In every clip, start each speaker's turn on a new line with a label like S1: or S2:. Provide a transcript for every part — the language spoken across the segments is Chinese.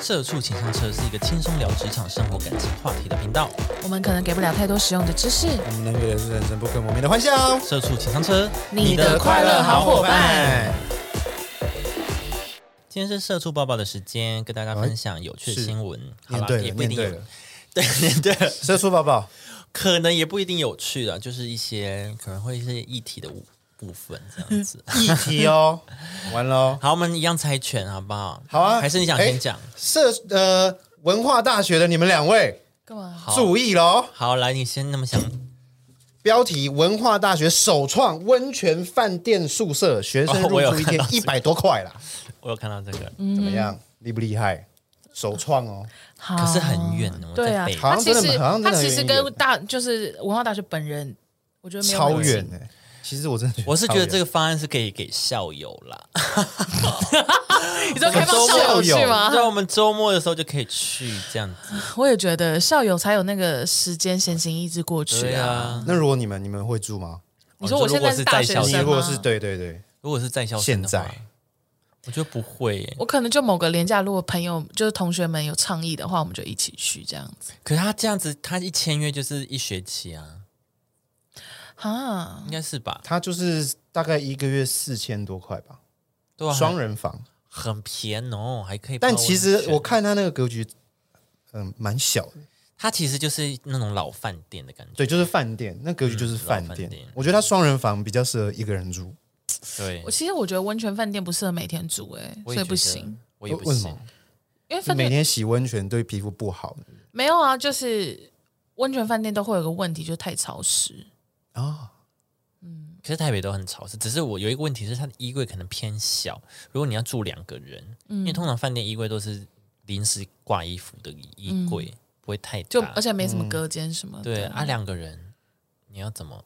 S1: 社畜情商车是一个轻松聊职场、生活、感情话题的频道。
S2: 我们可能给不了太多实用的知识。
S3: 我们能给的是人生不可磨灭的欢笑。
S1: 社畜情商车，
S2: 你的快乐好伙伴。
S1: 今天是社畜抱抱的时间，跟大家分享有趣的
S3: 哎是
S1: 新闻。好
S3: 面
S1: 啦，
S3: 对
S1: 也
S3: 了，
S1: 不一
S3: 面
S1: 定
S3: 对
S1: 有
S3: 了，，
S1: 对面 对了，
S3: 社畜宝宝，
S1: 可能也不一定有趣的，就是一些可能会是议题的部部分这样 子。
S3: 议 题哦，完喽。
S1: 好，我们一样猜拳好不好？
S3: 好啊
S1: 还是你想
S3: 哎
S1: 先讲？
S3: 社呃文化大学的你们两位
S2: 干嘛？
S1: 好
S3: 注意喽！
S1: 好，来，你先那么 想。
S3: 标题：文化大学首创温泉饭店宿舍，学生
S1: 哦
S3: 入
S1: 我有
S3: 住一
S1: 看
S3: 天
S1: 到这嗯
S3: 一百多块啦，
S1: 我有看到这个，
S3: 怎么样？厉不厉害？首创哦，
S2: 好
S1: 可是很远哦。我在
S2: 对啊
S1: 北，
S3: 好
S2: 他
S3: 像
S2: 其
S3: 真的
S2: 实
S3: 好像真的
S2: 他其实
S3: 有点远
S2: 跟大就是文化大学本人，我觉得没有
S3: 超
S2: 很近
S3: 远哎、其实我真的觉得，
S1: 我是觉得这
S3: 个
S1: 个方案是可以给校友啦，
S2: 你知道开放校友去
S3: 啊
S2: 吗？
S1: 啊在我们周末的时候就可以去这样子。
S2: 我也觉得校友才有那个时间闲情逸致过去
S1: 对
S2: 啊。
S1: 啊，
S3: 那如果你们你们会住吗？
S2: 你说我现在大学
S1: 哦
S3: 你
S1: 你
S2: 生啊
S3: 如
S2: 吗
S3: 果是？对对对，
S1: 如果是在校生
S3: 现
S1: 的
S3: 在
S1: 话，我觉得不会耶。
S2: 我可能就某个廉价，如果朋友就是同学们有倡议的话，我们就一起去这样子
S1: 可是他这样子，他一签约就是一学期啊，
S2: 哈
S1: 应，该是吧？
S3: 它就是大概一个月四千多块吧，
S1: 对啊，
S3: 双人房。
S1: 很便宜哦，还可以泡温
S3: 但
S1: 泉。
S3: 其实我看它那个格局，嗯，蛮小的。
S1: 他其实就是那种老饭店的感觉。
S3: 对，就是饭店，那格局就是饭
S1: 嗯老饭
S3: 店。
S1: 店
S3: 我觉得它双人房比较适合一个人住。
S1: 对
S2: 我，其实我觉得温泉饭店不适合每天煮、欸，哎，
S1: 我
S2: 所
S1: 也觉
S2: 以不
S1: 得
S2: 行，，
S1: 我也不
S3: 为为什
S1: 行
S3: 么。
S2: 因为饭
S3: 每
S2: 店
S3: 天洗温泉对皮肤不好
S2: 没有啊，就是温泉饭店都会有个问题，就是太潮湿。
S3: 啊、
S1: 可是台北都很潮湿，只是我有一个问题是，它的衣柜可能偏小。如果你要住两个人，
S2: 嗯
S1: 因为通常饭店衣柜都是临时挂衣服的衣柜，不会太大。
S2: 嗯就而且没嗯什么
S3: 嗯
S2: 隔间什么的。
S1: 对啊，两个人你要怎么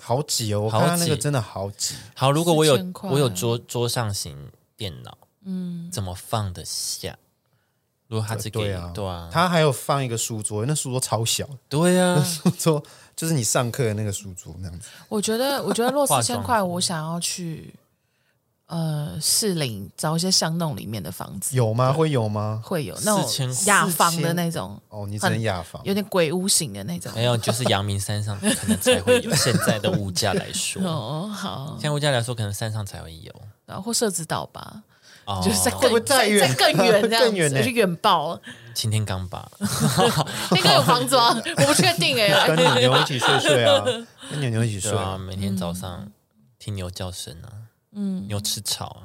S3: 好挤哦！我
S1: 好
S3: 看它那个
S1: 挤
S3: 真的好挤，
S1: 好？如果我有
S2: 4000块
S1: 我有桌桌上型电脑，嗯，怎么放得下？如果他只给
S3: 对啊
S1: 对啊，
S3: 它还有放一个书桌，那书桌超小，
S1: 对啊，
S3: 书桌就是你上课的那个书桌那样子。
S2: 我觉得，我觉 得若
S1: 化
S2: 四
S1: 妆
S2: 千块，我想要去呃士林找一些巷弄里面的房子，
S3: 有吗？会有吗？
S2: 会有那
S1: 4000
S2: 种雅房的那种，
S3: 哦，你只能
S2: 很
S3: 雅房
S2: 有点鬼屋型的那种。
S3: 哎
S1: 没有，就是阳明山上可能才会有。现在的物价来说，
S2: 哦，好
S1: 现，在物价来说，可能山上才会有。
S2: 然后或社子岛吧，
S1: 哦，
S2: 就是再
S3: 会不会
S2: 更
S3: 再远
S2: 再更远这样子，
S3: 更远呢
S2: 我就远爆 了。
S1: 擎天刚 吧，
S2: 那个有房子吗？我不确定哎。
S3: 跟牛牛一起睡睡啊，跟牛牛一起
S1: 对
S3: 睡
S1: 啊，每天早
S2: 嗯
S1: 上听牛叫声啊，嗯，牛吃草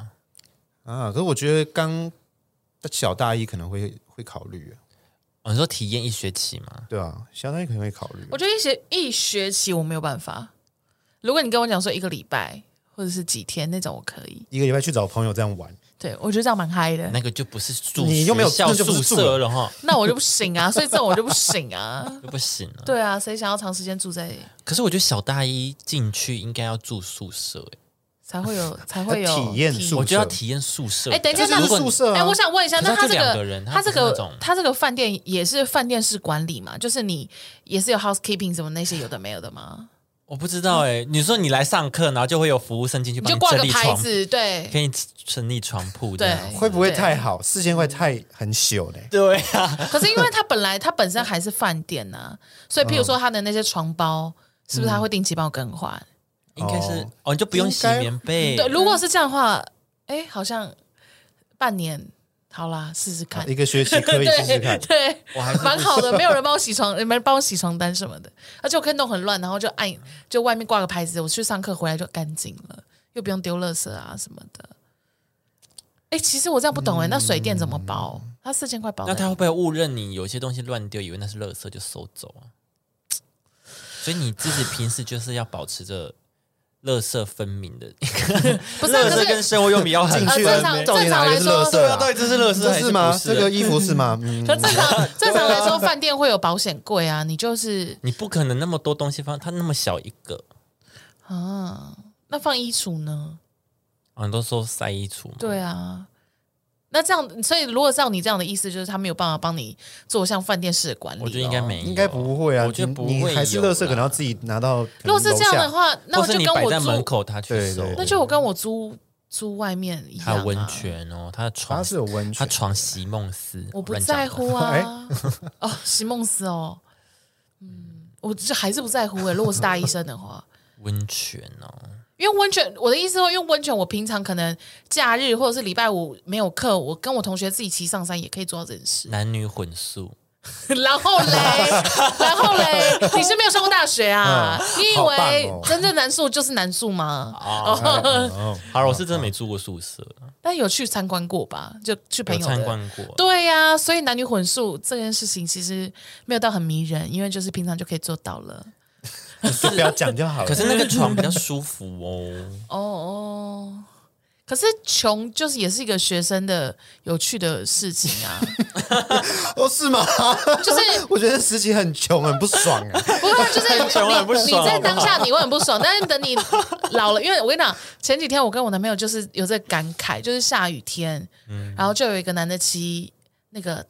S1: 啊，
S3: 啊。可是我觉得刚小大一可能会会考虑啊，
S1: 哦，你说体验一学期嘛？
S3: 对啊，小大一可能会考虑啊。
S2: 我觉得一学一学期我没有办法。如果你跟我讲说一个礼拜或者是几天那种，我可以。
S3: 一个礼拜去找朋友这样玩，
S2: 对我觉得这样蛮嗨的。
S1: 那个就不是住
S3: 你又没有
S1: 学校
S3: 那就不
S1: 宿
S3: 是住
S1: 舍了哈，
S2: 那我就不行啊，所以这种我就不行啊。
S1: 就不行了。
S2: 对啊，谁想要长时间住在
S1: 可是我觉得小大一进去应该要住宿舍、欸，
S2: 才会有才会有
S3: 体验宿舍
S1: 我觉得要体验宿舍
S2: 哎，
S1: 感。
S2: 等一下，
S3: 这
S2: 那
S3: 是
S2: 如果
S3: 宿舍啊
S2: 哎，我想问一下，
S1: 可是
S2: 那
S1: 他
S2: 他
S1: 就
S2: 这
S1: 两个人
S2: 个
S1: 他
S2: 这
S1: 不是那种
S2: 个他这个饭店也是饭店式管理嘛？就是你也是有 housekeeping 什么那些有的没有的吗？
S1: 我不知道哎、你说你来上课，然后就会有服务生进去
S2: 你
S1: 帮
S2: 就
S1: 你
S2: 挂
S1: 整
S2: 个
S1: 理
S2: 牌
S1: 床，
S2: 子，对
S1: 给你整理床铺这
S2: 对
S1: 样。
S3: 会不会
S2: 对
S3: 太好？四千块太很朽嘞。
S1: 对啊，
S2: 可是因为它本来它本身还是饭店呐、所以
S3: 嗯
S2: 譬如说它的那些床包，是不是他会定期帮我更换？
S1: 应该是
S3: 哦
S1: 哦，你就不用洗棉被。
S2: 嗯对，如果是这样的话，哎，好像半年好啦，试试看。
S3: 一个学期 可以试试看
S2: 对。对
S1: 我还是，
S2: 蛮好的，没有人帮我洗床，没人帮我洗床单什么的，而且我可以弄很乱，然后就按就外面挂个牌子，我去上课回来就干净了，又不用丢垃圾啊什么的。哎，其实我这样不懂哎，那水电怎么包？它四千块包
S1: 嗯
S2: 哪
S1: 那
S2: 里，
S1: 他会不会误认你有些东西乱丢，以为那是垃圾就收走 啊？所以你自己平时就是要保持着垃圾分明的，
S2: 不是啊
S1: 垃
S2: 可
S1: 圾
S2: 是
S1: 跟生活用品要很
S3: 进
S2: 呃
S3: 去
S2: 正
S3: 了，
S2: 常
S3: 照理拿也是垃圾
S2: 正
S1: 到
S3: 啊
S1: 底。这是乐色
S3: 这
S1: 还
S3: 是
S1: 不
S3: 吗？
S1: 是
S3: 这个衣服是吗？嗯，
S2: 可正常正常来
S1: 啊
S2: 说，饭店会有保险柜啊，你就是
S1: 你不可能那么多东西放，它那么小一个，
S2: 啊，那放衣橱呢？
S1: 很多时候塞衣橱嘛。
S2: 对啊，那这样，所以如果照你这样的意思，就是他没有办法帮你做像饭店式的管理、哦
S1: 我觉得应该。没有，
S3: 哦应该不会啊。
S1: 我觉得
S3: 你
S1: 不
S3: 你
S1: 会，
S3: 还是垃圾可能要自
S1: 己，
S3: 己拿到。
S2: 如果是这样的，话，那
S1: 或
S2: 我
S1: 是
S2: 就
S1: 你
S2: 跟
S1: 摆
S2: 我
S1: 在
S2: 租，
S1: 门口，他去
S3: 对
S1: 收
S3: 对。
S2: 那就我跟我租住外面一样、
S1: 还
S2: 啊。
S1: 有温，泉哦，他的床
S3: 它是有温
S1: 他
S3: 泉，
S1: 床席梦思，
S2: 我不
S1: 乱讲
S2: 在
S1: 的哎
S2: 乎啊。哦，席梦思哦，嗯，我这还是不在乎诶、如果是大医生的话，
S1: 温泉哦，
S2: 因为温泉，我的意思说，因为温泉，我平常可能假日或者是礼拜五没有课，我跟我同学自己骑上山也可以做到这件事。
S1: 男女混宿，
S2: 然后嘞，然后嘞，你是没有上过大学啊？
S1: 嗯
S2: 你以
S3: 好棒
S2: 为
S3: 哦
S2: 真正男宿就是男宿吗？
S3: 哦，
S1: 好了，我是真的没住过宿舍，
S2: 但有去参观过吧？就去朋
S1: 有
S2: 友
S1: 参
S2: 的。
S1: 观过，
S2: 对呀、所以男女混宿这件事情其实没有到很迷人，因为就是平常就可以做到了。
S3: 就不要讲就好了。
S1: 可是那 个床比较舒服哦。
S2: 哦哦，可是穷就是也是一个学生的有趣的事情 啊，
S3: 哦，是吗？
S2: 就是
S3: 我觉得实习很穷，很不爽哎。
S2: 不啊是，就是你
S1: 穷很不爽
S2: 你在当下你会很不爽，但是等你老了，因为我跟你讲，前几天我跟我男朋友就是有这个感慨，就是下雨天，然后就有一个男的骑那个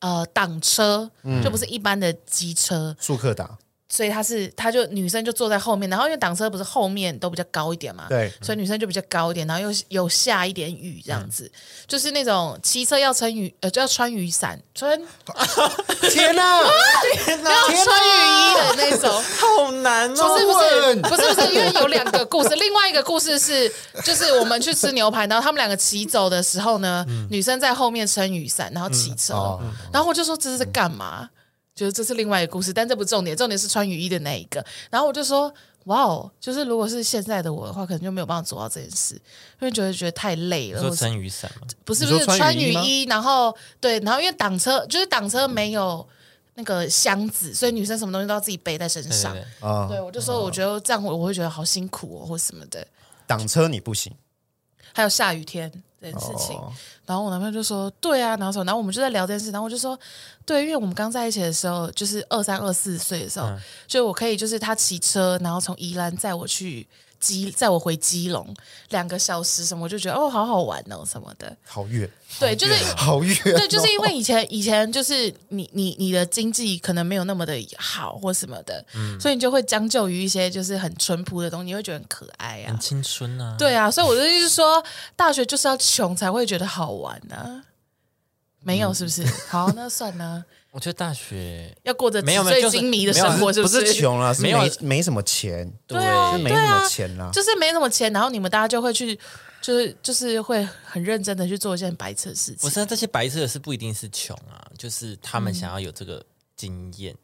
S2: 呃挡车，就不是一般的机车，
S3: 舒克达，
S2: 所以他是他就女生就坐在后面，然后因为挡车不是后面都比较高一点嘛，
S3: 对
S2: 所以女生就比较高一点，然后又有下一点雨这样子，就是那种骑车要撑雨呃就要穿雨伞，穿
S3: 天哪！天哪！
S2: 穿雨衣的那种。
S1: 好难哦！
S2: 不是
S3: 问
S2: 不是不是不是，因为有两个故事，另外一个故事是， 就是我们去吃牛排，然后他们两个骑走的时候呢，
S1: 嗯
S2: 女生在后面撑雨伞，然后骑车，
S3: 哦
S2: 然后我就说这是在干嘛？就是这是另外一个故事，但这不重点，重点是穿雨衣的那一个。然后我就说，哇哦，就是如果是现在的我的话，可能就没有办法做到这件事，因为觉得觉得太累
S1: 你
S2: 了，或
S1: 说
S2: 者是
S1: 撑雨伞 吗？
S2: 不是
S3: 你
S2: 不
S3: 说
S2: 是
S3: 穿
S2: 穿
S3: 雨
S2: 雨
S3: 衣吗
S2: 衣，然后对，然后因为挡车就是挡车没有那个箱子，所以女生什么东西都要自己背在身
S1: 对
S2: 上
S1: 对。对，
S3: 啊，
S2: 对，我就说我觉得这样我我会觉得好辛苦哦，或什么的。
S3: 挡车你不行。
S2: 还有下雨天这件事情，
S3: 哦
S2: 然后我男朋友就说对啊，然后什么，然后我们就在聊这件事，然后我就说对，因为我们刚在一起的时候，就是二三二四岁的时
S3: 嗯
S2: 候，就我可以就是他骑车，然后从宜兰载我去基，载我回基隆两个小时什么，我就觉得哦好好玩哦什么的，
S3: 好远，
S2: 对，就是。
S3: 好远哦。
S2: 对，就是因为以前以前就是你你你的经济可能没有那么的好或什么的，
S1: 嗯
S2: 所以你就会将就于一些就是很淳朴的东西，你会觉得很可爱啊
S1: 很。青春啊！
S2: 对啊，所以我的意思是说，大学就是要穷才会觉得好玩啊。
S1: 嗯
S2: 没有，是不是？好，那算了，
S1: 我觉得大学
S2: 要过着
S1: 没有
S2: 纸
S1: 没有
S2: 醉
S1: 就是
S2: 金迷的
S1: 没有
S2: 生活，
S3: 啊不
S2: 不
S3: 是？穷啊啦，是
S1: 没有
S3: 没没什么钱，
S1: 对
S2: 啊
S3: 是没什么钱啊啦。
S2: 就是没什么钱，然后你们大家就会去，就是就是会很认真的去做一件白痴的事
S1: 不
S2: 情。
S1: 是啊这些白色的是不一定是穷啊，就是他们
S2: 嗯
S1: 想要有这个经验，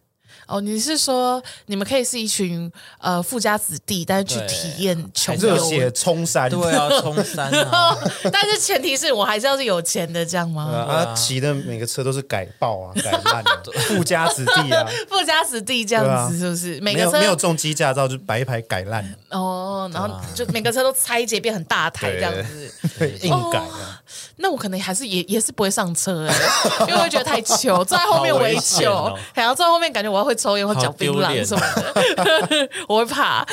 S2: 哦，你是说你们可以是一群呃富家子弟，但是去
S1: 对
S2: 体验穷
S3: 热
S2: 游哦
S3: 血冲山，
S2: 嗯
S1: 对啊，冲山啊，
S2: 但是前提是我还是要是有钱的，这样吗？
S3: 啊，他骑的每个车都是改爆啊，改烂 啊，富家子弟啊，
S2: 富家子弟这样子
S3: 对啊
S2: 是不是？ 每
S3: 没
S2: 个
S3: 有
S2: 车
S3: 没有重机驾照就白牌改烂，
S2: 哦，然后就每个车都拆解变很大台这样子。
S3: 对，硬改啊，
S2: 那我可能还是也也是不会上车 哎、因为会觉得太糗，坐在后面
S1: 好危
S2: 围
S1: 险
S2: 糗，
S1: 哦
S2: 然后坐在后面感觉我要会抽烟会
S1: 好
S2: 嚼槟
S1: 丢
S2: 榔
S1: 脸
S2: 什么的， 我会怕。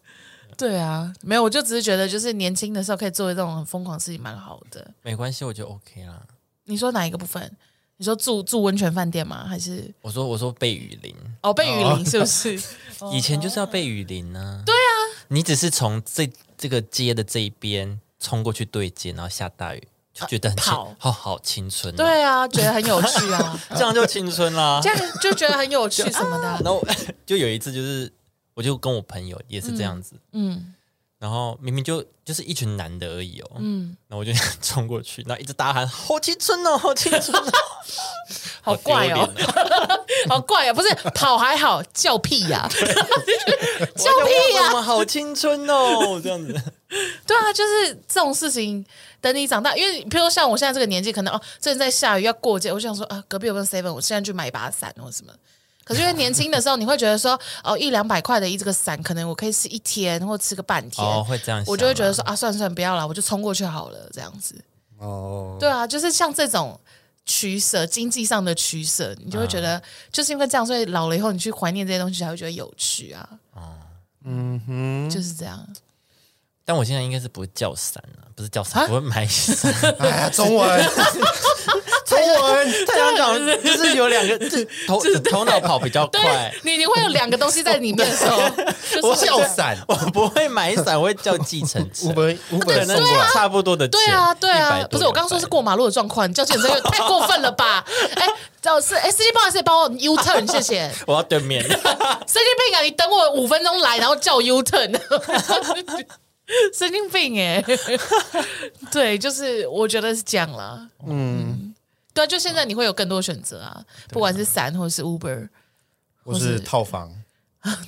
S2: 对啊，没有，我就只是觉得就是年轻的时候可以做这种很疯狂的事情，蛮好的。
S1: 没关系，我觉得 OK 啦。
S2: 你说哪一个部分？你说住住温泉饭店吗？还是
S1: 我说我说被雨淋，
S2: 哦被雨淋是不是？ 哦
S1: 以前就是要被雨淋呢、啊。对啊，你只是从这这个街的这一边冲过去对街，然后下大雨，就觉得很青，
S2: 啊跑
S1: 好好青春、哦。，
S2: 对啊，觉得很有 趣啊，
S1: 这样就青春啦
S2: 这。样就觉得很有趣什么的啊、
S1: 然后我就有一次，就是我就跟我朋友也是这样子，
S2: 嗯
S1: 然后明明就就是一群男的而已哦，
S2: 嗯，
S1: 然后我就冲过去，然后一直大喊“好青春哦，好青春哦
S2: 好怪哦。
S1: 丢脸哦
S2: 好怪啊！不是跑还好，叫 屁呀、
S1: 我
S2: 啊
S1: 在问什么好青春哦，这 样子。
S2: 对啊，就是这种事情，等你长大，因为比如说像我现在这个年纪，可能哦正在下雨要过节，我就想说啊，隔壁有没有 seven？我现在去买一把伞或什么。可是因为年轻的时候，你会觉得说哦，一两百块的一这个伞，可能我可以吃一天或吃个半天，
S1: 哦，会这样想啊，
S2: 我就会觉得说啊，算了算了，不要了，我就冲过去好了，这样子。
S3: 哦，
S2: 对啊，就是像这种取舍，经济上的取舍，你就会觉得、就是因为这样，所以老了以后你去怀念这些东西，才会觉得有趣啊。嗯哼，就是这样。
S1: 但我现在啊应该是不会叫伞了、不是叫伞，
S2: 啊
S1: 不会买伞。
S3: 哎呀，中文，中 文，
S1: 太阳脑就是有 两个，就是头头脑跑比较快
S2: 对。你你会有两个东西在里面的时候，就
S3: 我
S2: 是
S3: 叫伞，
S1: 我不会买伞，我会叫计程车
S3: 五。本五
S1: 可
S3: 本
S1: 能差不多的钱，
S2: 对啊，对啊
S1: 100，
S2: 不是我刚刚说是过马路的状况，你叫警车又太过分了吧？哎，老师，哎，司机不好意思，帮我 U turn，谢谢。
S1: 200我要对 面。
S2: 神经病啊！你等我五分钟来，然后叫 U turn，神经病哎、 对，就是我觉得是这样啦。嗯，对啊，就现在你会有更多选择啊，不管是伞或是 Uber，
S3: 我是套房。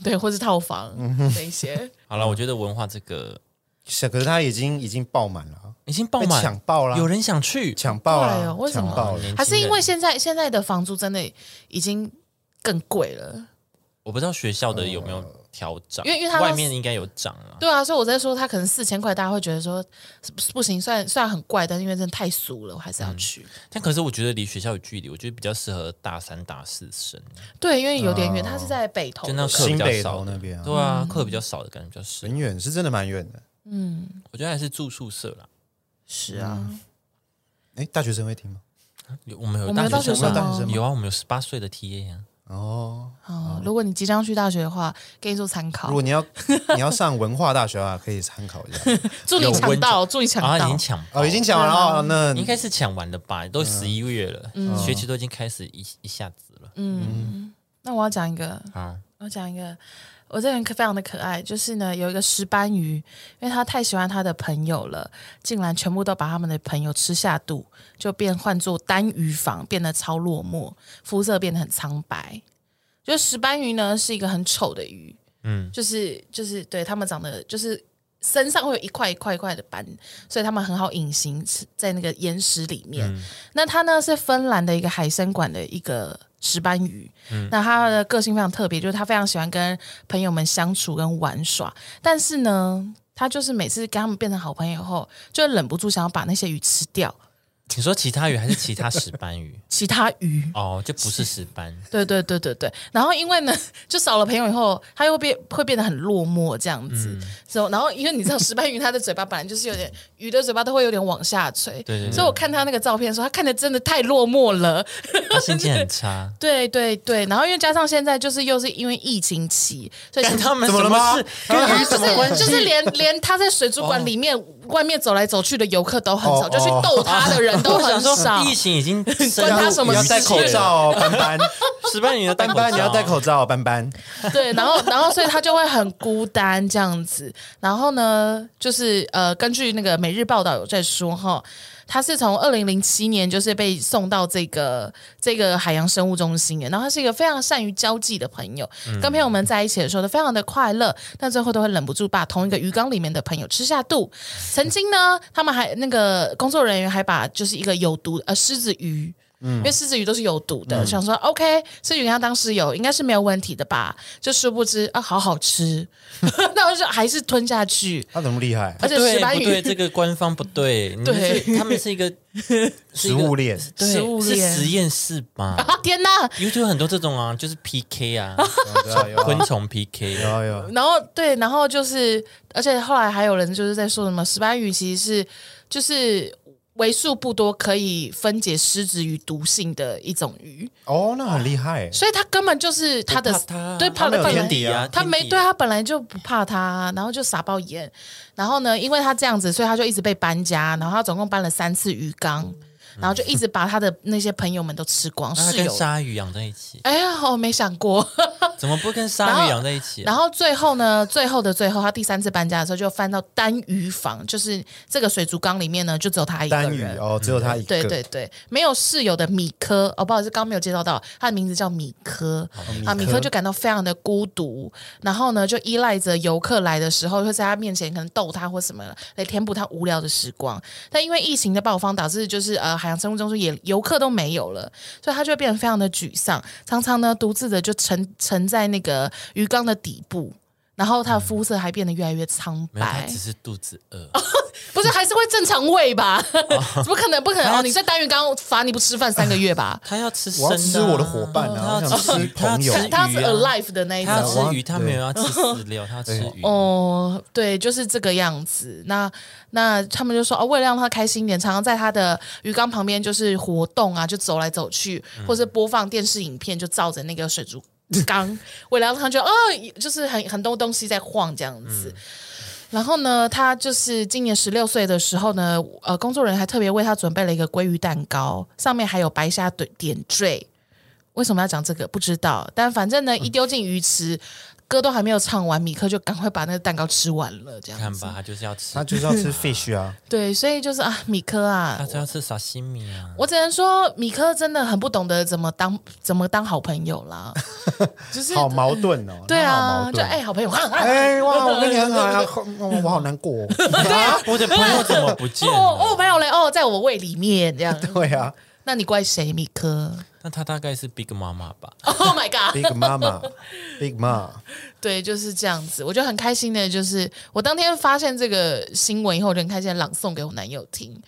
S2: 对，或是套房那 些。
S1: 好了，我觉得文化这个
S3: 是，可是他已经已经爆满了啊，
S1: 已经爆
S3: 被
S1: 满，
S3: 抢爆啦
S1: 有人想去，
S3: 抢爆
S2: 对
S3: 了
S2: 哦，为什
S3: 抢
S2: 么
S3: 爆了
S1: 年轻人
S2: 还是因为现在现在的房租真的已经更贵了。
S1: 我不知道学校
S3: 呃
S1: 的有没有调涨，
S2: 因为因为他
S1: 外面应该有涨啊。
S2: 对啊，所以我在说他可能四千块，大家会觉得说是不是不行，虽然虽然很怪，但是因为真的太俗了，我还是要去。
S1: 但可是我觉得离学校有距离，我觉得比较适合大三、大四生，
S2: 对，因为有点远，他是在北
S1: 哦
S2: 投
S1: 就
S2: 的，
S1: 那课
S3: 新
S1: 比较
S3: 北
S1: 少
S3: 头
S1: 的
S3: 那边啊
S1: 对啊，课比较少的感觉比较适合。
S3: 很远，是真的蛮远的。
S1: 我觉得还是住宿舍啦。
S2: 是啊。
S3: 哎，大学生会听吗？
S1: 有我们有
S2: 我们有
S1: 大学
S3: 大学生吗
S1: 吗
S3: 大学生吗
S1: 有啊，我们有十八岁的 TA 啊。
S3: 哦，
S2: 哦，如果你即将去大学的话，给你做参考
S3: 如。果你要 你要上文化大学啊，可以参考一下。
S2: 祝你抢到，祝你抢
S1: 啊，已
S2: 到
S1: 经。抢爆
S3: 哦，已经讲完了哦，那
S1: 应该是抢完了吧？都十一月了，
S2: 嗯
S1: 学
S3: 嗯
S1: 期都已经开始一一下子了。
S2: 那我要讲一个，
S1: 啊，
S2: 我讲一个，我这个人可非常的可爱，就是呢，有一个石斑鱼，因为他太喜欢他的朋友了，竟然全部都把他们的朋友吃下肚，就变换作单鱼房，变得超落寞，肤色变得很苍白。就石斑鱼呢是一个很丑的鱼，嗯，就是就是对他们长得就是身上会有一块一块一块的斑，所以他们很好隐形在那个岩石里面。那它呢是芬兰的一个海参馆的一个石斑鱼，那它的个性非常特别，就是它非常喜欢跟朋友们相处跟玩耍，但是呢，它就是每次跟他们变成好朋友后，就忍不住想要把那些鱼吃掉，
S1: 你说其他鱼还是其他石斑鱼？
S2: 其他鱼。
S1: 哦，就不是石斑，
S2: 对对对对对，然后因为呢， 就少了朋友以后，他又变会变得很落寞这样子。所以然后因为你知道石斑鱼它的嘴巴本来就是有点鱼的嘴巴都会有点往下垂，
S1: 对对对
S2: 所以我看他那个照片的时候，他看着真的太落寞了。
S1: 它啊心情很 差。
S2: 对对对，然后因为加上现在就是又是因为疫情期，所以
S1: 但
S2: 其实
S1: 他们
S3: 怎么
S1: 什
S3: 了
S1: 么
S3: 吗
S1: 事？
S3: 啊
S1: 跟鱼
S2: 就
S1: 什么关
S2: 是
S1: 系？
S2: 就是连连他在水族馆里面、外面走来走去的游客都很少，
S3: 哦
S2: 就去逗他的人都
S1: 我想
S2: 很少。
S1: 说，疫情已经关
S2: 他什么
S3: 你要
S2: 事
S3: 戴口 罩哦，斑斑，
S1: 石斑鱼要戴
S3: 斑
S1: 口
S3: 斑，
S1: 罩，
S3: 你要戴口罩哦，斑斑。
S2: 对，然后然后所以他就会很孤单这样子。然后呢，就是呃，根据那个每日报道有在说哈，他是从二零零七年就是被送到这个这个海洋生物中心的，然后他是一个非常善于交际的朋友，跟朋友们在一起的时候都非常的快乐，但最后都会忍不住把同一个鱼缸里面的朋友吃下肚。曾经呢，他们还那个工作人员还把就是一个有毒呃狮子鱼。因为狮子鱼都是有毒
S1: 嗯
S2: 的，想说 OK，狮子鱼给它当时有应该是没有问题的吧，就殊不知啊，好好吃， 那我就还是吞下去，
S3: 他怎么厉害
S2: 而？且石
S1: 对
S2: 斑
S1: 不对？
S2: 鱼
S1: 这个官方不对，你们
S2: 对
S1: 是他们是一个
S3: 食物链，
S2: 对
S1: 是
S2: 食物
S1: 是
S2: 链
S1: 实验室 吧
S2: 啊天哪！
S1: ？YouTube 很多这种啊，就是 PK 啊，
S3: 有啊有
S1: 昆
S3: 啊
S1: 虫 PK
S3: 有啊有啊，
S2: 然后对，然后就是，而且后来还有人就是在说什么石斑鱼其实是就是为数不多可以分解狮子鱼毒性的一种鱼，
S3: 哦，那很厉害欸。
S2: 所以它根本就是它的
S1: 不怕它啊
S2: 对怕
S1: 它没
S2: 的
S1: 有
S2: 本来
S1: 天敌啊
S2: 它
S1: 天
S2: 没
S1: 敌
S2: 对它本来就不怕它，然后就撒包盐，然后呢，因为它这样子，所以它就一直被搬家，然后它总共搬了三次鱼缸，然后就一直把它的那些朋友们都吃光，
S1: 嗯那它
S2: 室
S1: 跟
S2: 友。
S1: 鲨鱼养在一起，
S2: 哎呀，我没想 过。
S1: 怎么不跟
S2: 然
S1: 鲨
S2: 后
S1: 鱼养在一起啊？
S2: 然后最后呢，最后的最后，他第三次搬家的时候就翻到单鱼房，就是这个水族缸里面呢，就只有他一个
S3: 单语
S2: 人。
S3: 哦，只有他一个。
S2: 对对对，没有室友的米科，哦，不好意思，刚刚没有介绍到，他的名字叫米
S3: 哦
S2: 科、啊，米科就感到非常的孤独，然后呢，就依赖着游客来的时候，会在他面前可能逗他或什么来填补他无聊的时光。但因为疫情的爆发，导致就是呃海洋生物中心也游客都没有了，所以他就会变 得非常的沮丧，常常呢独自的就沉沉在那个鱼缸的底部。然后他的肤色还变得越来越苍
S1: 没有，他
S2: 白哦
S1: 只，是肚子饿，
S2: 不是还是会正常喂吧？ 怎么可能？不可能！哦，你在单元刚罚你不吃饭三个月吧？
S1: 他要吃生
S3: 我
S1: 的
S3: 要
S1: 啊，
S3: 吃我的伙伴啊，我
S1: 他
S3: 想
S1: 要
S3: 吃
S1: 吃
S3: 朋友
S1: 他。
S2: 他他是
S1: 鱼啊
S2: alive 的那一
S1: 他
S2: 种。
S1: 要吃鱼，啊
S3: 对
S1: 他没有要吃饲料，他要吃鱼。
S2: 哦，对，就是这个样子。那那他们就说哦，为了让他开心一点，常常在他的鱼缸旁边就是活动啊，就走来走去，
S1: 嗯
S2: 或是播放电视影片，就照着那个水族 缸，为了让他觉得哦，就是很很多东西在晃这样
S1: 嗯
S2: 子。然后呢，他就是今年十六岁的时候呢，呃，工作人员还特别为他准备了一个鲑鱼蛋糕，上面还有白虾点点缀。为什么要讲这个？不知道，但反正呢，一丢进鱼池，歌都还没有唱完，米克就赶快把那个蛋糕吃完了，这
S1: 你
S2: 样
S1: 看
S2: 子。
S1: 吧，他就是要吃
S3: 他，就是要吃 fish 啊，
S2: 对，所以就是啊，米克
S1: 他
S2: 啊，
S1: 就要吃沙西米啊。
S2: 我只能说米克真的很不懂得怎么当怎么当好朋友啦， 就是
S3: 好矛盾哦。
S2: 对
S3: 他好
S2: 啊，
S3: 矛
S2: 就
S3: 盾
S2: 哎、好朋友，
S3: 哎哇，我跟你很好啊，好 我我好难过哦。
S1: 啊，我的朋友怎么不见啊
S2: 哦哦
S1: 了？
S2: 没有嘞，哦在我胃里面这样，
S3: 对啊
S2: 那你怪谁，米克
S1: 那他大概是 Big 妈妈吧？
S2: ？Oh my god！
S3: ，Big Mama，Big Mom，
S2: 对，就是这样子，我就很开心的，就是我当天发现这个新闻以后，我就很开心地朗诵给我男友听。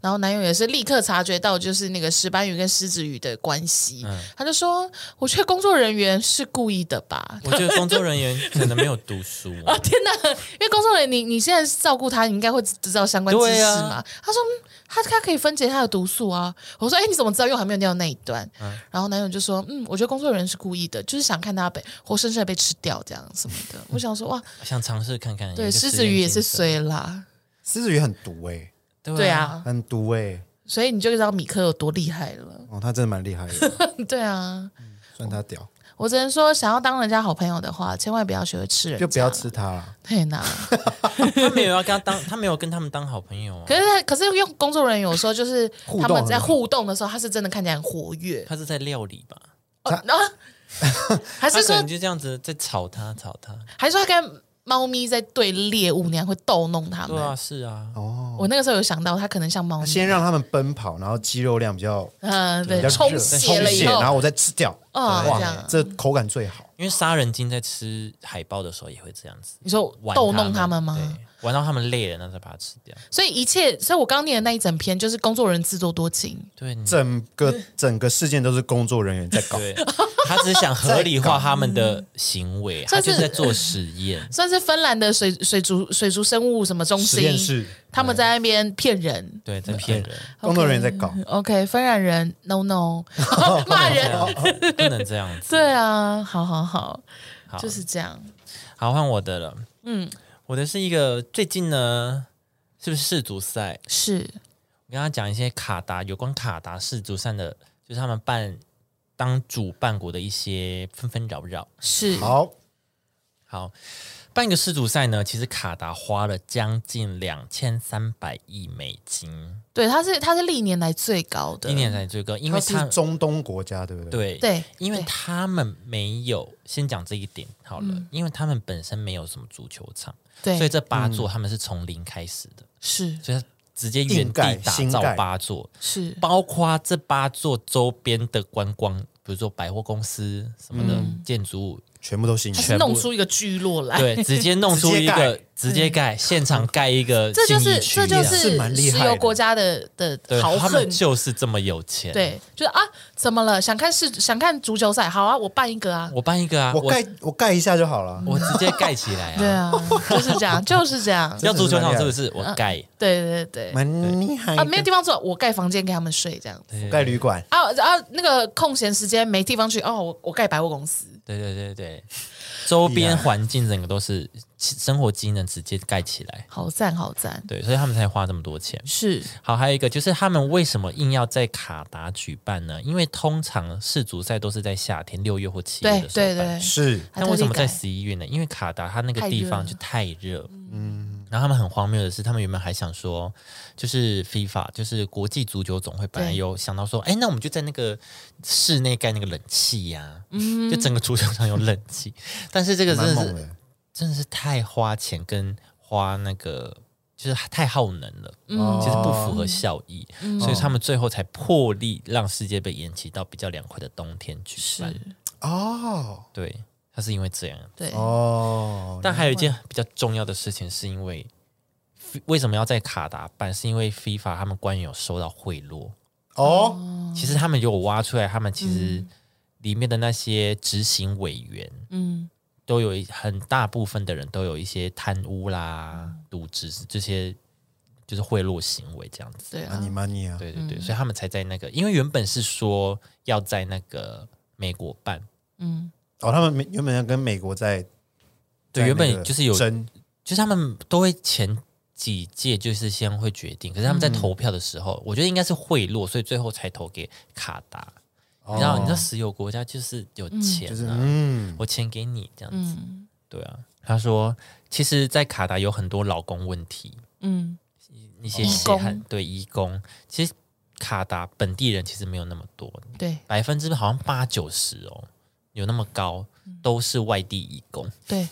S2: 然后男友也是立刻察觉到，就是那个石斑鱼跟狮子鱼的关系，
S1: 嗯
S2: 他就说：“我觉得工作人员是故意的吧？
S1: 我觉得工作人员可能没有读书啊。
S2: 天哪！因为工作人员你，你现在照顾他，你应该会知道相关知识
S1: 对
S2: 嘛。
S1: 啊
S2: 他说嗯他他可以分解他的毒素啊。我说哎、你怎么知道？因为我还没有尿那一段。然后男友就说嗯，我觉得工作人员是故意的，就是想看他被活生生的被吃掉这样什么的。我想说哇，
S1: 想尝试看看。有
S2: 对，
S1: 哦一个
S2: 狮
S1: 实
S2: 子
S1: 验
S2: 鱼也
S1: 精
S2: 是
S1: 神，
S2: 衰啦，
S3: 狮子鱼很毒哎，
S2: 对
S1: 对啊，
S2: 啊，
S3: 很毒哎。
S2: 所以你就知道米克有多厉害了。
S3: 哦，他真的蛮厉 害的，
S2: 对啊，
S3: 算他屌，
S2: 我只能说，想要当人家好朋友的话，千万不要学会吃人，
S3: 就不要。吃他了。
S2: 对呐，啊
S1: 他没有要跟他当，他没有跟他们当好朋友啊
S2: 可，是他可是用工作人员有时候就是
S3: 互动
S2: 他们在互动的时候，他是真的看起来很活跃，
S1: 他是在料理吧？
S2: 哦然后还
S1: 他
S2: 是
S1: 可
S2: 说
S1: 能就这样子在吵他，吵他。
S2: 还是说他跟猫咪在对猎物那样会逗弄他
S1: 对
S2: 们。
S1: 啊，是啊，
S2: 我那个时候有想到，他可能像猫咪，
S3: 先让他们奔跑，然后肌肉量比较
S2: 嗯，
S3: 比
S2: 对，
S3: 较
S2: 充
S3: 热
S2: 血了
S3: 充
S2: 以
S3: 血然后
S2: 后，
S3: 我再吃掉。
S2: 嗯这
S3: 哇
S2: 样，
S3: 这口感最好。
S1: 因为杀人鲸在吃海豹的时候也会这样子
S2: 你说
S1: 玩
S2: 逗弄
S1: 他
S2: 他们吗？
S1: 对，玩到他们累了，然后再把它吃掉。
S2: 所以一切，所以我刚念的那一整篇就是工作人员自作多情，
S1: 对，你
S3: 整个整个事件都是工作人员在搞，
S1: 对，他只是想合理化他们的行为，他
S2: 算
S1: 就是
S2: 是
S1: 在做实验。
S2: 算是芬兰的水水族水族生物什么中
S3: 实
S2: 心
S3: 验，室
S2: 他们在那边骗人。
S1: 对，在骗人，
S3: 工作人员在搞。
S2: OK，芬兰人 ，no no，骂
S1: 这
S2: 人，
S1: 样不能这样子。
S2: 对啊，好好好，
S1: 好
S2: 就是这样。
S1: 好，换我的了。嗯，我的是一个最近呢，是不是世足赛？
S2: 是，
S1: 我跟他讲一些卡达有关卡达世足赛的，就是他们办当主办国的一些纷纷扰扰。
S2: 是，
S3: 好，
S1: 好，办一个世足赛呢，其实卡达花了将近两千三百亿美金，
S2: 对，它是它是历年来最高的，
S1: 今年才最高，因为
S3: 他是
S1: 他
S3: 中东国家，对不对？，
S1: 对
S2: 对
S1: 因为
S2: 对
S1: 他们没有先讲这一点好了，
S3: 嗯
S1: 因为他们本身没有什么足球场，所以
S2: 对，
S1: 这八座他们是从零开始的，
S2: 是
S1: 所以他直接原
S3: 硬
S1: 地
S3: 盖
S1: 打
S3: 新
S1: 造
S3: 盖
S1: 八座，
S2: 是，
S1: 包括这八座周边的观光，比如说百货公司什么的、
S2: 嗯
S1: 建筑物，
S3: 全部都新
S2: 它
S3: 人。
S2: 是弄出一个聚落来，
S1: 对，直接弄出一个直接盖，现场盖一个
S2: 嗯这就
S1: 信
S2: 是
S1: 义区啊
S2: 这就
S1: 样
S3: 是
S2: 是
S3: 蛮厉
S2: 石
S3: 害
S2: 油
S3: 的
S2: 国家的的
S1: 对，
S2: 豪
S1: 他们
S2: 横，
S1: 就是这么有钱。，
S2: 对，就是啊，怎么了？想看世想看足球赛，好啊，我办一个啊。
S1: 我办一个啊，
S3: 我
S1: 我嗯
S3: 盖我盖一下就好了。
S1: 我直接盖起来
S2: 对
S1: 啊，
S2: 啊，就是这样，就是这样。
S1: 要足球场是不是？我盖。
S2: 对对对，
S3: 蛮厉害
S2: 啊，没有
S3: 的，
S2: 地方住，我盖房间给他们睡这样子。
S1: 对
S3: 盖旅馆，
S2: 啊啊，那个空闲时间没地方去，哦，我我盖百货公司。
S1: 对对对对，周边环境整个都是其生活机能直接盖起来，
S2: 好赞好赞，
S1: 对，所以他们才花这么多钱。
S2: 是
S1: 好，还有一个就是他们为什么硬要在卡达举办呢？因为通常世足赛都是在夏天六月或七月
S2: 对
S1: 的时候
S2: 对
S1: 办
S2: 对，啊
S3: 是
S2: 还
S1: 但
S2: 特
S1: 为
S2: 地
S1: 什么在
S2: 改
S1: 十一月呢？因为卡达它那个
S2: 太
S1: 地
S2: 热
S1: 方
S2: 了
S1: 就太热，嗯。然后他们很荒谬的是，他们原本还想说，就是 FIFA，就是国际足球总会，本来
S2: 对
S1: 有想到说，哎，那我们就在那个室内盖那个冷气呀、
S2: 嗯
S1: 就整个足球场有冷气。但是这个真
S3: 蛮
S1: 的
S3: 猛
S1: 是
S3: 的。
S1: 真的是太花钱跟花那个，就是太耗能了，嗯
S3: 哦
S1: 其实不符合效益，所以他们最后才破例让世界杯延期到比较凉快的冬天举办。
S2: 是
S3: 哦，
S1: 对，那是因为这样。
S2: 对，
S3: 哦，
S1: 但还有一件比较重要的事情，是因为为什么要在卡达办？是因为 FIFA 他们官员有收到贿赂，
S3: 哦，
S1: 其实他们有挖出来，他们其实里面的那些执行委员，
S2: 嗯，
S1: 都有一很大部分的人都有一些贪污啦、渎职这些，就是贿赂行为这样子。
S2: 对啊
S3: 那，你 money 啊，
S1: 对对对，所以他们才在那个，因为原本是说要在那个美国办，
S2: 嗯，
S3: 哦，他们没原本要跟美国在，
S1: 对，
S3: 在
S1: 原
S3: 那个
S1: 本就是有，就
S3: 争，
S1: 是他们都会前几届就是先会决定，可是他们在投票的时候，
S3: 嗯
S1: 我觉得应该是贿赂，所以最后才投给卡达。你知道，
S3: 哦
S1: 你知道，石油国家就是有钱、啊
S3: 就是嗯，
S1: 我钱给你这样子，
S2: 嗯
S1: 对啊。他说，其实，在卡达有很多劳工问题，
S2: 嗯，
S1: 一些
S2: 移
S1: 血
S2: 工
S1: 汗对移工，其实卡达本地人其实没有那么多，
S2: 对
S1: 百分之好像八九十哦，有那么高，都是外地移工。
S2: 对，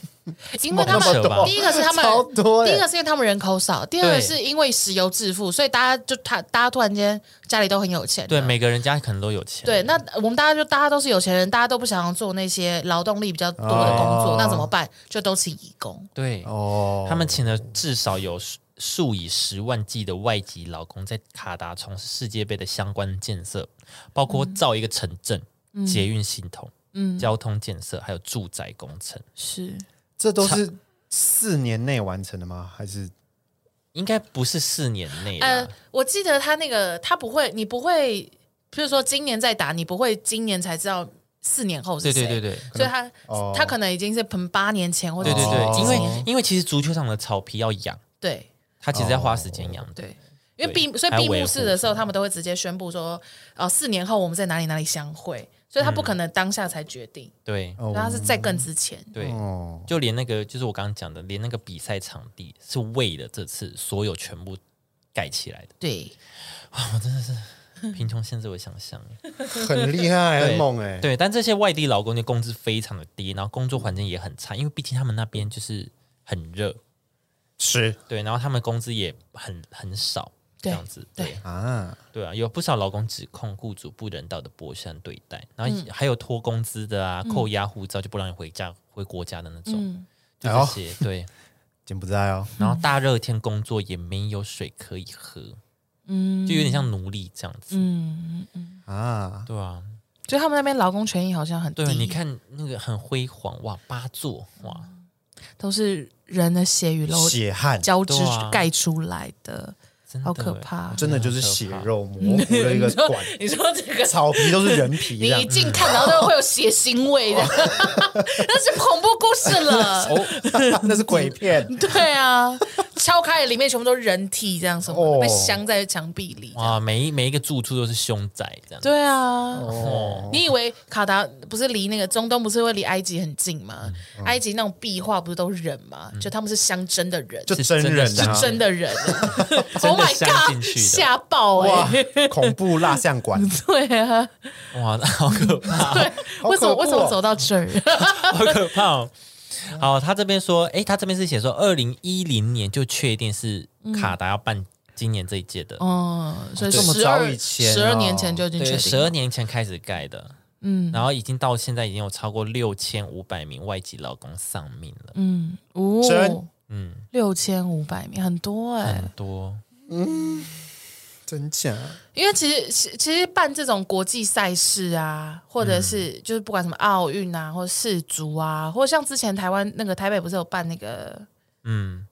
S2: 因为他
S1: 那么
S2: 们
S1: 扯吧
S2: 第一个是他们
S3: 超多的
S2: 第一个是因为他们人口少，第二个
S1: 对
S2: 是因为石油致富，所以大家就他大家突然间家里都很有钱了，
S1: 对，每个人家可能都有钱。
S2: 对，那我们大家就大家都是有钱人，大家都不想要做那些劳动力比较多的工作，
S3: 哦
S2: 那怎么办？就都请义工。
S1: 对，
S3: 哦，
S1: 他们请了至少有数数以十万计的外籍劳工，在卡达从事世界杯的相关建设，包括造一个城镇、捷运系统、
S2: 嗯，
S1: 交通建设，还有住宅工程。
S2: 是
S3: 这都是四年内完成的吗？还是
S1: 应该不是四年内啦，
S2: 呃，我记得他那个他不会，你不会，譬如说今年再打，你不会今年才知道四年后
S1: 对
S2: 是谁，
S1: 对对对，嗯
S2: 所以他、
S3: 哦
S2: 他可能已经是从八年前或者
S1: 对对对，
S3: 哦
S1: 因为因为其实足球场的草皮要养，
S2: 对
S1: 它其实要花时间养的。
S2: 对，因为
S1: 对
S2: 闭所以
S1: 还有
S2: 闭
S1: 维
S2: 幕
S1: 护
S2: 式的时候，他们都会直接宣布说，呃，四年后我们在哪里哪里相会，所
S1: 嗯
S2: 以他不可能当下才决定，
S1: 对
S3: 哦
S2: 所以他是在更之前。
S1: 对，
S3: 哦，
S1: 就连那个就是我刚刚讲的，连那个比赛场地是为了这次所有全部盖起来的。
S2: 对，
S1: 贫穷限制我想 象，
S3: 很厉害，
S1: 对
S3: 很猛哎，
S1: 对，但这些外地劳工的工资非常的低，然后工作环境也很差，因为毕竟他们那边就是很热，
S3: 是
S1: 对，然后他们工资也很很少，这
S2: 对
S1: 样子，对
S2: 对
S3: 啊，
S1: 对啊，有不少劳工指控雇主不人道的剥削和对待，然后还有拖工资的啊，扣押护照就不让你回家回国家的那种，
S2: 嗯
S1: 就
S3: 哎呦
S1: 这些，对，
S3: 柬埔寨哦，
S1: 然后大热天工作也没有水可以喝，嗯，就有点像奴隶这样
S2: 嗯
S1: 子，
S3: 啊，
S1: 对啊，
S2: 就他们那边劳工权益好像很低，
S1: 对，啊你看那个很辉煌哇，八座哇，
S2: 嗯都是人的血与肉
S3: 血汗，
S2: 交织
S1: 对啊
S2: 盖出来的，
S1: 真的
S2: 好可
S1: 欸，
S2: 怕。
S3: 真的就是血肉模糊的一 个管，
S2: 你说这个，
S3: 草皮都是人皮这
S2: 你
S3: 样
S2: 一，近看，然后就会有血腥味 的，那是恐怖故事了。
S3: 哦那是鬼 片，
S2: 对啊，敲开了里面全部都是人体，这样什么的
S3: 哦
S2: 被镶在墙壁里。
S1: 哇，每一每一个住处都是凶宅这样子，
S2: 对啊，
S1: 哦
S2: 你以为卡达不是离那个中东不是会离埃及很近
S1: 嗯
S2: 吗？埃及那种壁画不是都是人吗？就他们是镶真的人，
S3: 就是真人
S1: 真的
S3: 啊
S1: 是，
S2: 真的人 ，Oh
S1: 的
S2: my
S1: 镶进
S2: god，
S1: 去的
S2: 吓爆
S3: 哇
S2: 哎、欸！，
S3: 恐怖蜡 像馆，
S2: 对啊，
S1: 哇，好可 怕，
S2: 对，
S3: 好
S2: 为什么
S3: 可怖哦
S2: 为什么走到这 儿？
S1: 好可怕哦。好，他这边说，诶，他这边是写说，二零一零年就确定是卡达要办今年这一届的，
S2: 嗯哦，所以
S3: 这么
S2: 十
S3: 早
S2: 二
S3: 以前
S2: 十二
S3: 哦
S2: 年前就已经确
S1: 对，
S2: 定
S1: 十
S2: 了
S1: 二年前开始盖的，嗯，然后已经到现在已经有超过六千五百名外籍劳工丧命了，
S2: 哦
S3: 真，嗯
S1: 嗯，
S2: 六千五百米，很多哎、
S1: 很多，
S3: 真假？
S2: 因为其实其其实办这种国际赛事啊，或者是
S3: 嗯
S2: 就是不管什么奥运啊，或者世足啊，或者像之前台湾那个台北不是有办那个
S1: 嗯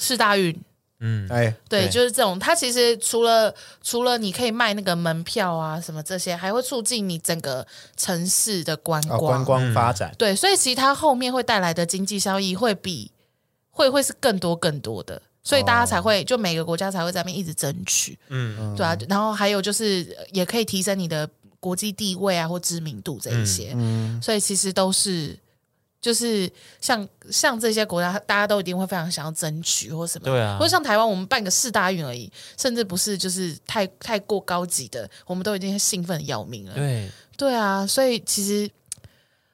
S2: 世大运，
S1: 嗯，
S3: 哎，
S2: 对，
S1: 对
S2: 就是这种。它其实除了除了你可以卖那个门票啊什么这些，还会促进你整个城市的观
S3: 啊，
S2: 光。
S3: 观光发展，
S2: 对，所以其实它后面会带来的经济效益会比会会是更多更多的，所以大家才会、就每个国家才会在那边一直争取，
S1: 嗯，
S2: 对啊。然后还有就是呃也可以提升你的国际地位啊或知名度这一些，
S1: 嗯
S2: 所以其实都是。就是像像这些国家，大家都一定会非常想要争取或什么，
S1: 对啊
S2: 或者像台湾，我们办个世大运而已，甚至不是就是太太过高级的，我们都已经兴奋的要命了。
S1: 对，
S2: 对啊，所以其实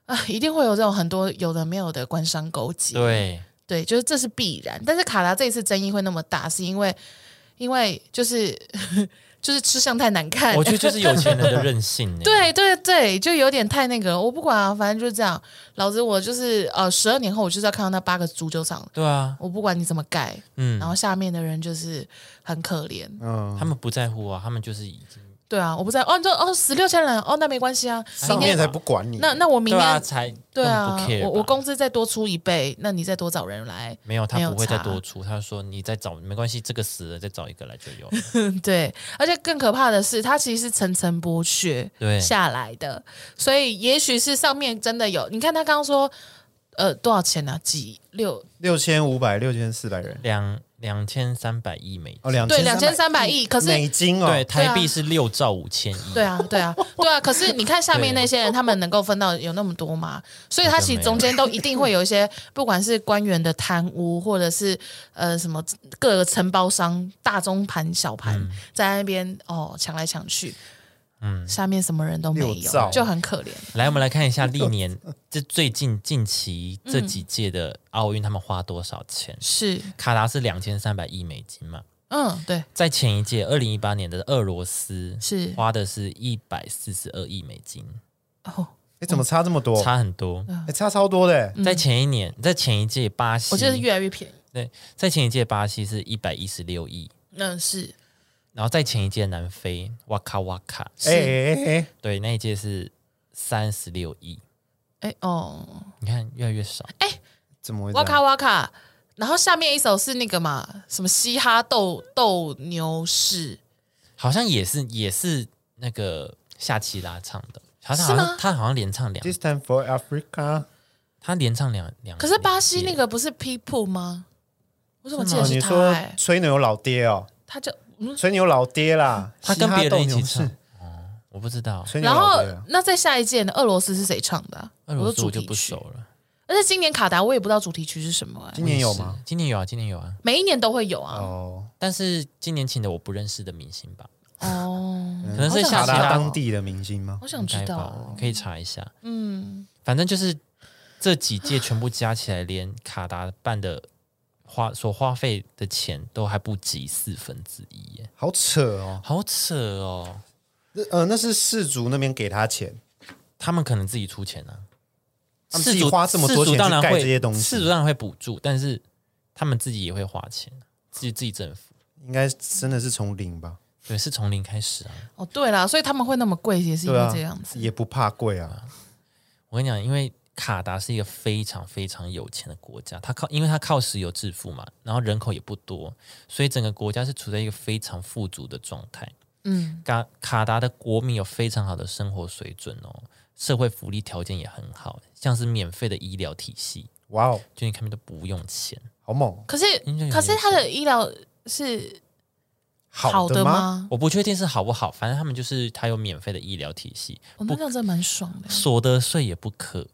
S2: 啊，一定会有这种很多有的没有的官商勾结。
S1: 对，
S2: 对，就是这是必然。但是卡达这一次争议会那么大，是因为因为就是。 就是吃相太难看
S1: 我。觉得 就是有钱人的任性、欸。，
S2: 哎对对对，就有点太那个，我不管啊，反正就是这样。老子我就是呃，十二年后我就是要看到那八个足球场，
S1: 对啊，
S2: 我不管你怎么盖，
S1: 嗯
S2: 然，后下面的人就是很可怜。
S3: 嗯，
S1: 他们不在乎啊，他们就是已经
S2: 对啊，我不在哦，你说哦死六千人哦，那没关系啊，
S3: 上面才不管你。
S2: 那那我明
S1: 对啊，
S2: 天
S1: 才
S2: 对
S1: 根
S2: 啊
S1: 本不 care，，
S2: 我
S1: 吧
S2: 我工资再多出一倍，那你再多找人来，
S1: 没有，他
S2: 没有
S1: 不会再
S2: 差
S1: 多出。他说你再找没关系，这个死了再找一个来就有了。
S2: 对，而且更可怕的是，它其实是层层剥削
S1: 对
S2: 下来的，所以也许是上面真的有。你看他刚刚说，呃，多少钱呢、啊？几六？
S3: 六千五百、六千四百人，
S1: 两两千三百亿美金，
S3: 哦，两
S2: 对，两千三百亿。可是，
S3: 美金哦，
S1: 对，台
S2: 对
S1: 币
S2: 啊
S1: 是六兆五千亿。
S2: 对啊，对啊，对啊。可是你看下面
S1: 对
S2: 那些人，他们能够分到有那么多吗？所以他其实中间都一定会有一些，不管是官员的贪污，或者是呃什么各个承包商、大中盘、小盘、在那边哦抢来抢去。嗯，下面什么人都没
S3: 六
S2: 有
S3: 兆，
S2: 就很可怜。
S1: 来，我们来看一下历年这最近近期这几届的奥运，他们花多少钱？
S2: 是，
S1: 卡达是两千三百亿美金嘛，
S2: 嗯，对，
S1: 在前一届二零一八年的俄罗斯
S2: 是
S1: 花的是一百四十二亿美金，
S2: 哦，
S3: 哎，怎么差这么多？
S1: 差很多。
S3: 哎，差超多的。
S1: 在前一年，在前一届巴西，
S2: 嗯我觉得越来越便宜。
S1: 对，在前一届巴西是一百一十六亿，
S2: 嗯，是
S1: 然后在前一届南非哇卡哇卡，
S3: 哎哎哎哎，
S1: 对，那一届是三十六亿，
S2: 哎哦，
S1: 你看越来越少。
S3: 怎么会这
S2: 哇
S3: 样？
S2: 卡哇卡，然后下面一首是那个嘛，什么嘻哈斗斗牛士，
S1: 好像也是也是那个夏奇拉唱的，好像
S2: 是
S1: 好
S2: 吗
S1: 像他好像连唱两，
S3: This time for Africa，
S1: 他连唱两两。
S2: 可是巴西那
S1: 个
S2: 个不是 People 吗？我怎么记
S1: 这
S2: 得
S3: 哦，
S2: 是
S3: 你
S2: 他、
S3: 说
S2: 哎，
S3: 吹牛老爹哦，
S2: 他就嗯，
S3: 吹牛老爹啦，
S1: 他跟别人一起
S3: 嘻哈斗
S1: 唱
S3: 牛士，
S1: 哦，我不知道，
S3: 吹牛
S2: 然后
S3: 老爹啊。
S2: 那在下一届呢，俄罗斯是谁唱的啊、
S1: 俄罗斯
S2: 说
S1: 我
S2: 主
S1: 就
S2: 题
S1: 不
S2: 曲
S1: 熟，了。
S2: 而且今年卡达我也不知道主题曲是什么、哎，
S3: 今年有吗？
S1: 是？今年有啊，今年有啊，
S2: 每一年都会有啊。
S3: 哦，
S1: 但是今年请的我不认识的明星吧，
S2: 哦，
S1: 可能是
S2: 好
S1: 夏奇
S2: 想
S3: 卡
S2: 知道
S3: 达
S1: 拉
S3: 当地的明星吗
S2: 好？想知
S1: 应该
S2: 道
S1: 吧
S2: 哦，
S1: 可以查一下。
S2: 嗯，
S1: 反正就是这几届全部加起来，连卡达办的花所花费的钱都还不及四分之一耶，
S3: 好扯哦，
S1: 好扯哦！
S3: 那呃，那是氏族那边给他钱，
S1: 他们可能自己出钱啊，
S3: 他们自己花这么多钱
S1: 世足当然
S3: 去盖
S1: 会
S3: 这些东西
S1: 世足当然会补助，但是他们自己也会花钱，自己自己政府，
S3: 应该真的是从零吧？
S1: 对，是从零开始啊。
S2: 哦，对啦，所以他们会那么贵，也是因
S3: 对
S2: 为
S3: 啊
S2: 这样，子。
S3: 也不怕贵啊。
S1: 我跟你讲，因为卡达是一个非常非常有钱的国家，它靠因为它靠石油致富嘛，然后人口也不多，所以整个国家是处在一个非常富足的状态。
S2: 嗯，
S1: 卡卡达的国民有非常好的生活水准哦，社会福利条件也很好，像是免费的医疗体系，
S3: 哇哦，
S1: 就你看病都不用钱。
S3: 好猛！
S2: 可是
S1: 应该有
S2: 可是他的医疗是好
S3: 的？
S2: 吗？
S1: 我不确定是好不好，反正他们就是他有免费的医疗体系，
S2: 我哦那这样真的蛮爽的，
S1: 所得税也不可。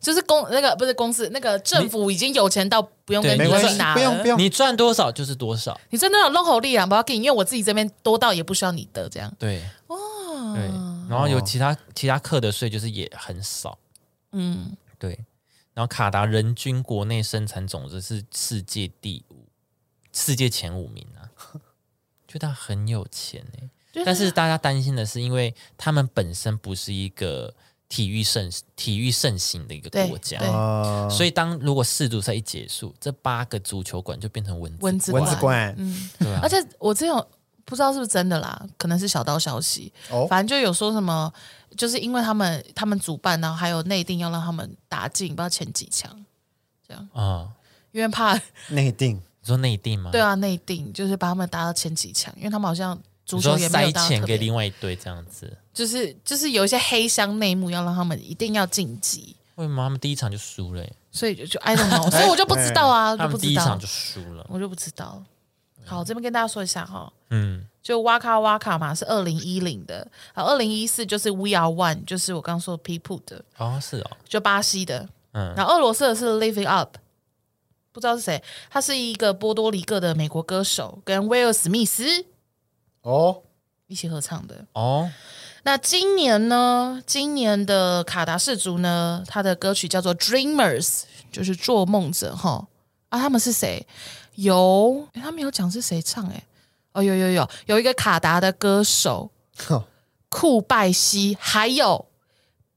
S2: 就是公那个不是公司那个政府已经有钱到不用
S1: 对
S2: 跟
S1: 没
S2: 你
S1: 关系
S2: 去拿了，
S3: 不用不用
S1: 你赚多少就是多少，
S2: 你真的有弄好力啊，不要给你，因为我自己这边多到也不需要你的这样。
S1: 对，对，哦然后有其他其他课的税就是也很少，
S2: 嗯，
S1: 对。然后卡达人均国内生产总值是世界第五，世界前五名啊，就他很有钱哎、
S2: 就
S1: 但是大家担心的是，因为他们本身不是一个体育盛体育盛行的一个
S2: 对
S1: 国家，
S2: 对
S3: 啊，
S1: 所以当如果世足赛一结束，这八个足球馆就变成蚊子
S2: 蚊子
S3: 蚊
S2: 馆，
S3: 子馆
S2: 嗯，
S1: 对啊
S2: 而且我之前有不知道是不是真的啦，可能是小道消息，
S3: 哦，
S2: 反正就有说什么，就是因为他们他们主办，然后还有内定要让他们打进，不知道前几强，
S1: 啊、
S2: 因为怕
S3: 内定
S1: 你说内地吗？
S2: 对，啊内定，就是把他们打到前几强，因为他们好像足
S1: 你
S2: 球
S1: 说
S2: 也没有
S1: 塞
S2: 到
S1: 钱
S2: 特
S1: 给
S2: 别，
S1: 另外一队这样子，
S2: 就是就是有一些黑箱内幕要让他们一定要晋级，
S1: 为什么他们第一场就输了欸、
S2: 所以就就 I don't know，所以我就不知道啊，我
S1: 哎他
S2: 就不
S1: 们
S2: 知
S1: 第一
S2: 道
S1: 场，就嗯输了。
S2: 我就不知道。好，这边跟大家说一下哈、
S1: 嗯，
S2: 就哇卡哇卡嘛是二零一零的，好，二零一四就是 We Are One，就是我刚说 People 的，
S1: 哦，是哦，
S2: 就巴西的，
S1: 嗯
S2: 然后俄罗斯的是 Living Up，不知道是谁，他是一个波多黎各的美国歌手，跟威尔史密斯
S3: 哦，
S2: 一起合唱的。
S1: 哦，
S2: 那今年呢？今年的卡达氏族呢，他的歌曲叫做 Dreamers，就是做梦者哈。啊，他们是谁？由诶他没有讲是谁唱诶、哦，有有有，有一个卡达的歌手
S3: 哼
S2: 库拜西，还有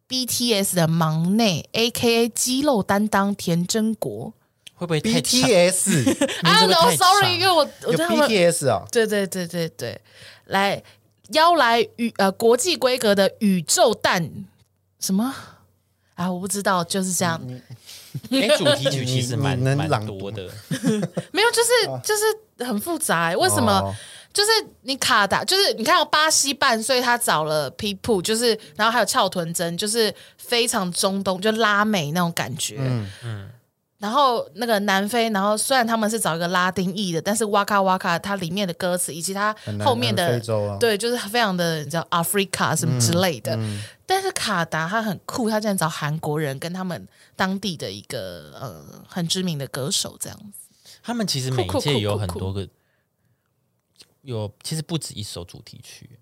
S2: BTS 的忙内 （A.K.A. 肌肉担当）田真国。
S1: 会不会太长？
S3: BTS
S2: 啊
S1: 名字会不会太
S2: s o r r
S1: 长
S2: y 因为我我
S3: 有
S2: 对他们
S3: BTS 啊，
S2: 对对对对对，来邀来宇呃国际规格的宇宙蛋什么啊？我不知道，就是这样，
S3: 嗯
S1: 哎、主题曲其实蛮
S3: 你能
S1: 蛮
S3: 朗读
S1: 多的，
S2: 没有，就是就是很复杂、欸。为什么？
S3: 啊哦
S2: 就是你卡达，就是你看到巴西办，所以他找了 p 普，就是然后还有翘臀针，就是非常中东，就拉美那种感觉。嗯然后那个南非，然后虽然他们是找一个拉丁裔的，但是哇卡哇卡它里面的歌词以及它
S3: 很难
S2: 后面的
S3: 很非洲啊
S2: 对，就是非常的你知道 Africa 什么之类的。但是卡达他很酷，他竟然找韩国人跟他们当地的一个呃很知名的歌手这样子。
S1: 他们其实每一
S2: 酷酷
S1: 届
S2: 酷
S1: 有
S2: 酷
S1: 很
S2: 酷
S1: 多个，有其实不止一首主题曲，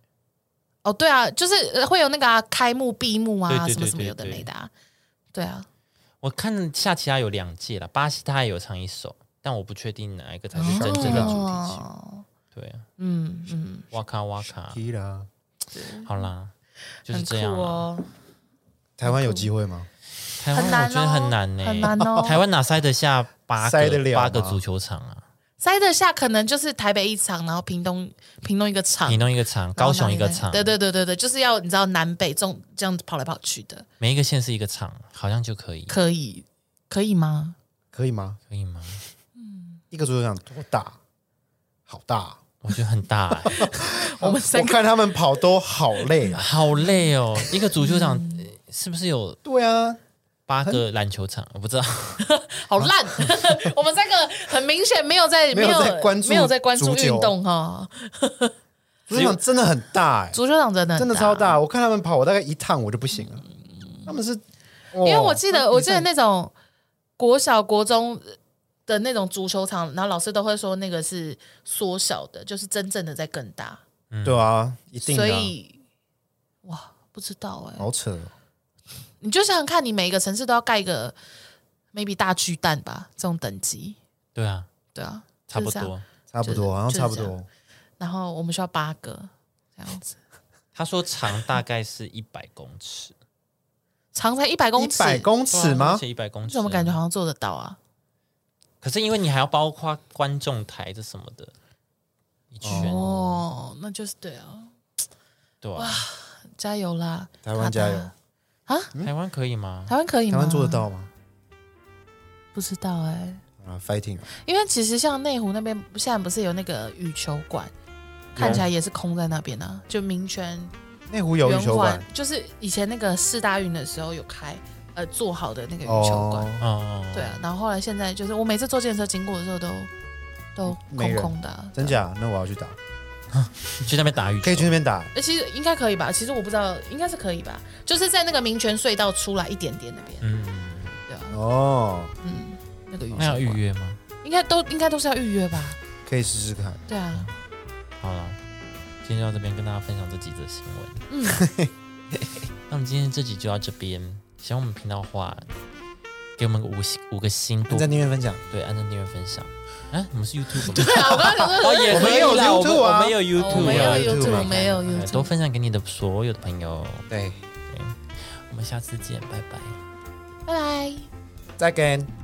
S2: 哦，对啊，就是呃会有那个、啊、开幕、闭幕啊，
S1: 对对对
S2: 什么什么
S1: 对
S2: 有的
S1: 对
S2: 没的、啊，对啊，
S1: 我看夏奇拉有两届了，巴西他也有唱一首，但我不确定哪一个才是真正的主题曲。
S2: 哦，
S1: 对啊，
S2: 嗯嗯，
S1: 哇卡哇卡，
S3: ，Shakira
S1: 好啦，就是
S2: 很酷
S1: 这样啊啦。
S2: 哦，
S3: 台湾有机会吗？
S1: 台湾我觉得很难呢、
S2: 很难哦
S1: 台湾哪塞得下八
S3: 塞得
S1: 个
S3: 了吗
S1: 八个足球场啊？
S2: 塞得下可能就是台北一场，然后屏东屏东一个场
S1: 你，弄一个场，高雄一个场，
S2: 对对对对对，就是要你知道南北中这样子跑来跑去的，
S1: 每一个县是一个场，好像就可以，
S2: 可以可以吗？
S3: 可以吗？
S1: 可以吗？
S3: 一个足球场多大？好大啊！
S1: 我觉得很大、欸，
S2: 我们
S3: 我
S2: 三个
S3: 看他们跑都好 累啊。
S1: 好累哦。
S2: 嗯
S1: 一个足球场呃是不是有
S3: 对啊，
S1: 八个篮球场？我不知道。
S2: 好 烂，我们三个很明显没有在
S3: 没有在关注
S2: 没有在关注
S3: 足球
S2: 运动哈，
S3: 足球场真的很大哎，
S2: 足球场真的很
S3: 真的超大。我看他们跑，我大概一趟我就不行了。他们是，因
S2: 因为我记得，
S3: 哦
S2: 我记得那种国小、国中的那种足球场，然后老师都会说那个是缩小的，就是真正的在更大。
S1: 嗯
S3: 对啊，一定的
S2: 所
S3: 啊，
S2: 以，哇，不知道哎、
S3: 好扯哦。
S2: 你就想想看，你每一个城市都要盖一个 maybe 大巨蛋吧，这种等级，
S1: 对啊，
S2: 对啊，
S1: 差不
S2: 就是这样。
S1: 多。
S3: 差不多，好像
S2: 就是
S3: 差不
S2: 这样
S3: 多。
S2: 然后我们需要八个这样子，
S1: 他说长大概是一百公尺，啊
S2: 长才一百公
S3: 一
S2: 尺，
S3: 百公尺吗？
S1: 一百公尺，
S2: 怎么感觉好？像做得到啊？
S1: 可是因为你还要包括观众台这什么的，一圈，
S2: 哦，那就是对啊，
S1: 对啊，
S2: 加油啦，
S3: 台湾加油
S2: 卡嗯
S1: 台湾可以吗
S2: 达！？台湾可以啊
S3: 台
S2: 吗？
S3: 湾做得？到吗？
S2: 不知道哎、
S3: 啊，fighting！啊
S2: 因为其实像内湖那边，现在不是有那个羽球馆，看起来也是空在那边啊。就民权
S3: 内湖有羽球馆
S2: 圆环就是以前那个世大运的时候有开，呃，做好的那个羽球馆。
S3: 哦，
S1: 哦，
S2: 对啊，然后后来现在就是我每次坐电车经过的时候都都
S3: 没
S2: 空
S3: 人
S2: 空的、啊。
S3: 真假？那我要去打，
S1: 去那边打羽球，
S3: 可以去那边打。
S2: 哎、其实应该可以吧？其实我不知道，应该是可以吧？就是在那个民权隧道出来一点点那边，
S1: 嗯，
S2: 对啊，
S3: 哦，
S2: 嗯，那个羽球
S1: 那要
S2: 馆
S1: 预约吗？
S2: 应该都应该都是要预约吧？
S3: 可以试试看。
S2: 对啊，
S1: 好了，今天到这边跟大家分享这几则新闻。
S2: 嗯，
S1: 那我们今天这集就到这边，喜欢我们频道的话，给我们个五星五个星多
S3: 你在那边分享，
S1: 对，按照订阅分享。哎，我们是 YouTube 吗？
S2: 对啊，我刚刚想说 哦
S1: 哦，也
S3: 我们
S1: 可以
S3: 有
S1: 啦我
S3: YouTube 啊
S1: 我们有
S2: 我
S1: YouTube，
S2: 没
S3: 啊
S2: 有
S3: YouTube 嘛
S2: YouTube，没有
S1: 呃多
S2: YouTube，
S1: 分享给你的所有的朋友。
S3: 对，
S1: 我们下次见，拜拜。
S2: 拜拜。
S3: 再见。